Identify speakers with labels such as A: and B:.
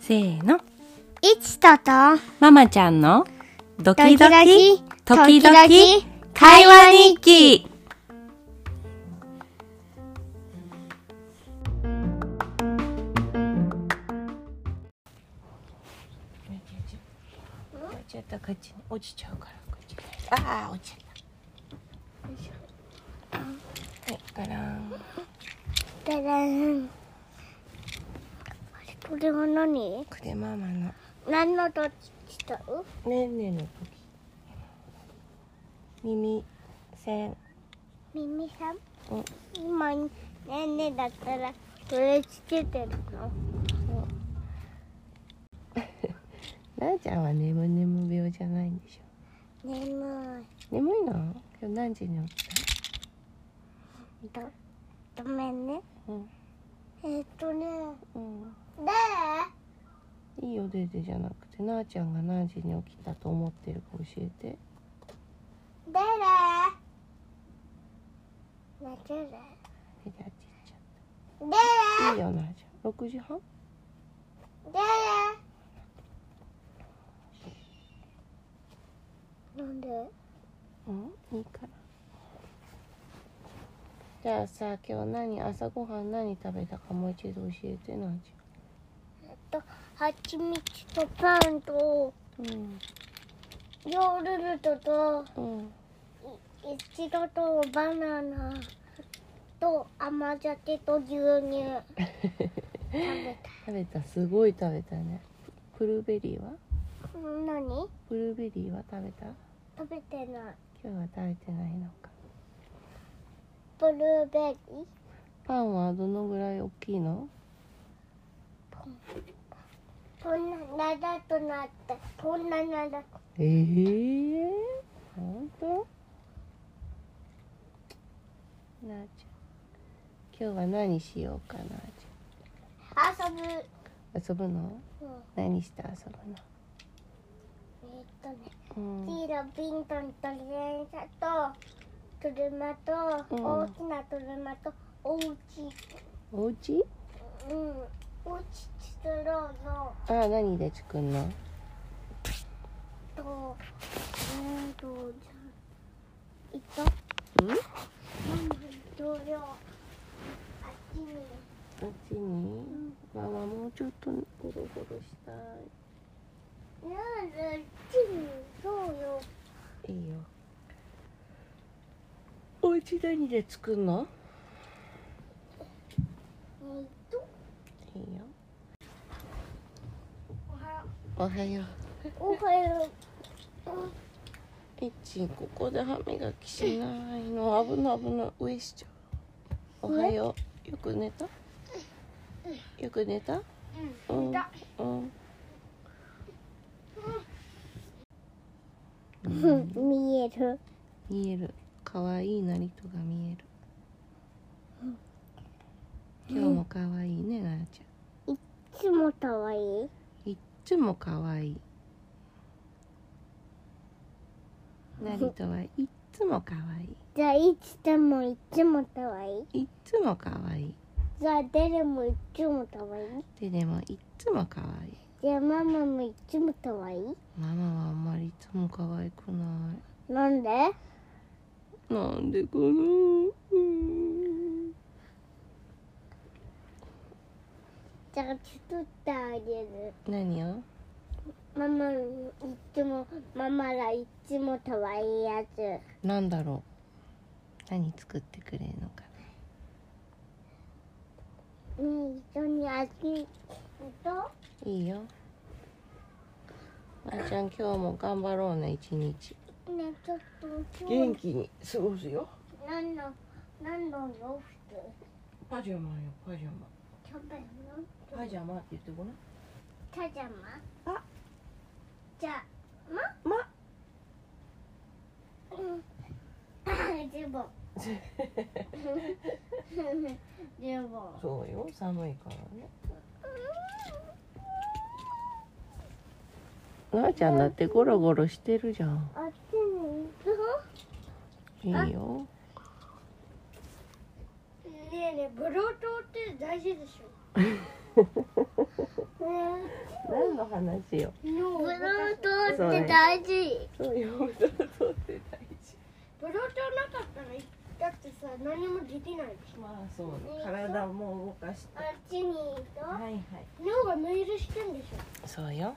A: せーの。
B: いちとと、
A: ママちゃんのドキド
B: ド
A: キ、時
B: キドキ
A: 々、会話日記。
C: ちゃったこっちに落ちちゃうからこっちああ落ちちゃったよいしょはいからん
B: だらん。これは何
C: これママのね
B: 何のどっちだう
C: えねえの時耳栓
B: 耳さん
C: お
B: 今、ねえねえだったら、どれつけてるの
C: なあちゃんは眠眠病じゃないんでし
B: 眠
C: ょ眠いの今日何時に起き
B: い。ど、ごめんね。
C: たうん
B: えーっとね、
C: うん
B: で、
C: いいよデーデじゃなくてなあちゃんが何時に起きたと思ってるか教えて
B: でれ寝てる
C: えじゃあちっち
B: で
C: ゃ
B: れ
C: いいよなあちゃん6時半
B: でれなんで
C: うん、いいから。じゃあさ、今日何朝ごはん何食べたかもう一度教えてなあち
B: えっと、蜂蜜とパンと、
C: ゃん。
B: ヨーグルトと、
C: うん。うん。
B: いちごとバナナと甘酒と牛乳食べ
C: 食べた、すごい食べたね。ブルーベリーは
B: た。ん何
C: ブルーベリーは食べた
B: 食べてない。
C: 今日は食べてないのか。
B: ブルーベリー
C: パンはどのぐらい大きいの
B: こんな長くなって、こんな長く。
C: ええー、ほんとなあちゃん。今日は何しようかなあち
B: 遊ぶ。うん、え
C: ゃん。遊ぶの何して遊
B: ーっとね、
C: ぶのうん。
B: ビール、ビントンと電車と、車と、
C: うん
B: 大きな車と、おうち。
C: おうち
B: うん、おうち作ろうよ。
C: ああ何で作るの
B: と、えーと、じゃあ、いった
C: ん
B: ママ同僚あっちに
C: あっちにママもうちょっとゴロゴロした
B: なんであっちにそうよ
C: いいいよおうち何で作るの
B: えっと
C: いいよおはよ
B: おはよ
C: ういっちここで歯磨きしないの危ない危ない上しちゃうおはようよく寝たよく寝た
B: う
C: うん
B: 寝た
C: うん
B: う見える
C: 見える可愛いなりとが見える今日も可愛いねなあち
B: いつもかわいい
C: ゃんいっつも可愛いなりとはいっつも可愛
B: じゃあいつでもいつもかわいい
C: いいっつも可愛い
B: じゃあデレもいつもかわいい
C: ででもいっつも可愛い
B: じゃあママもいつもかわいい
C: ママはあんまりいつも可愛くな
B: なんで
C: いなんでかなうん
B: じゃあ作ってあげる
C: 何を
B: ママいつもママらいつもかわいいやつ
C: なんだろう何作ってくれるのか
B: ねえ、一緒に遊びと
C: いいよ。まー、ちゃん今日も頑張ろうね一日。
B: ねえちょっと今日
C: 元気に過ごすよ。
B: 何の何の洋服
C: パジャマよパジャマ。
B: キャベの
C: パジャマって言ってごらん。
B: パジャマ
C: あ
B: じゃ
C: ま、
B: あ、うん、あズボンズボン
C: そうよ寒いからね。なーちゃんだってゴロゴロしてるじゃん。
B: あっちに行く
C: いいよ
B: ねえねえブロートって大事でしょね
C: 何の話よ
B: えブロー
C: トって
B: 大事
C: そうよ ブロートって大事
B: ブロートなかったらだってさ何もできないでしょ
C: まあそうね体も動かして
B: あっちに行くと
C: はいはい
B: 脳がメールしてんでしょ
C: そうよ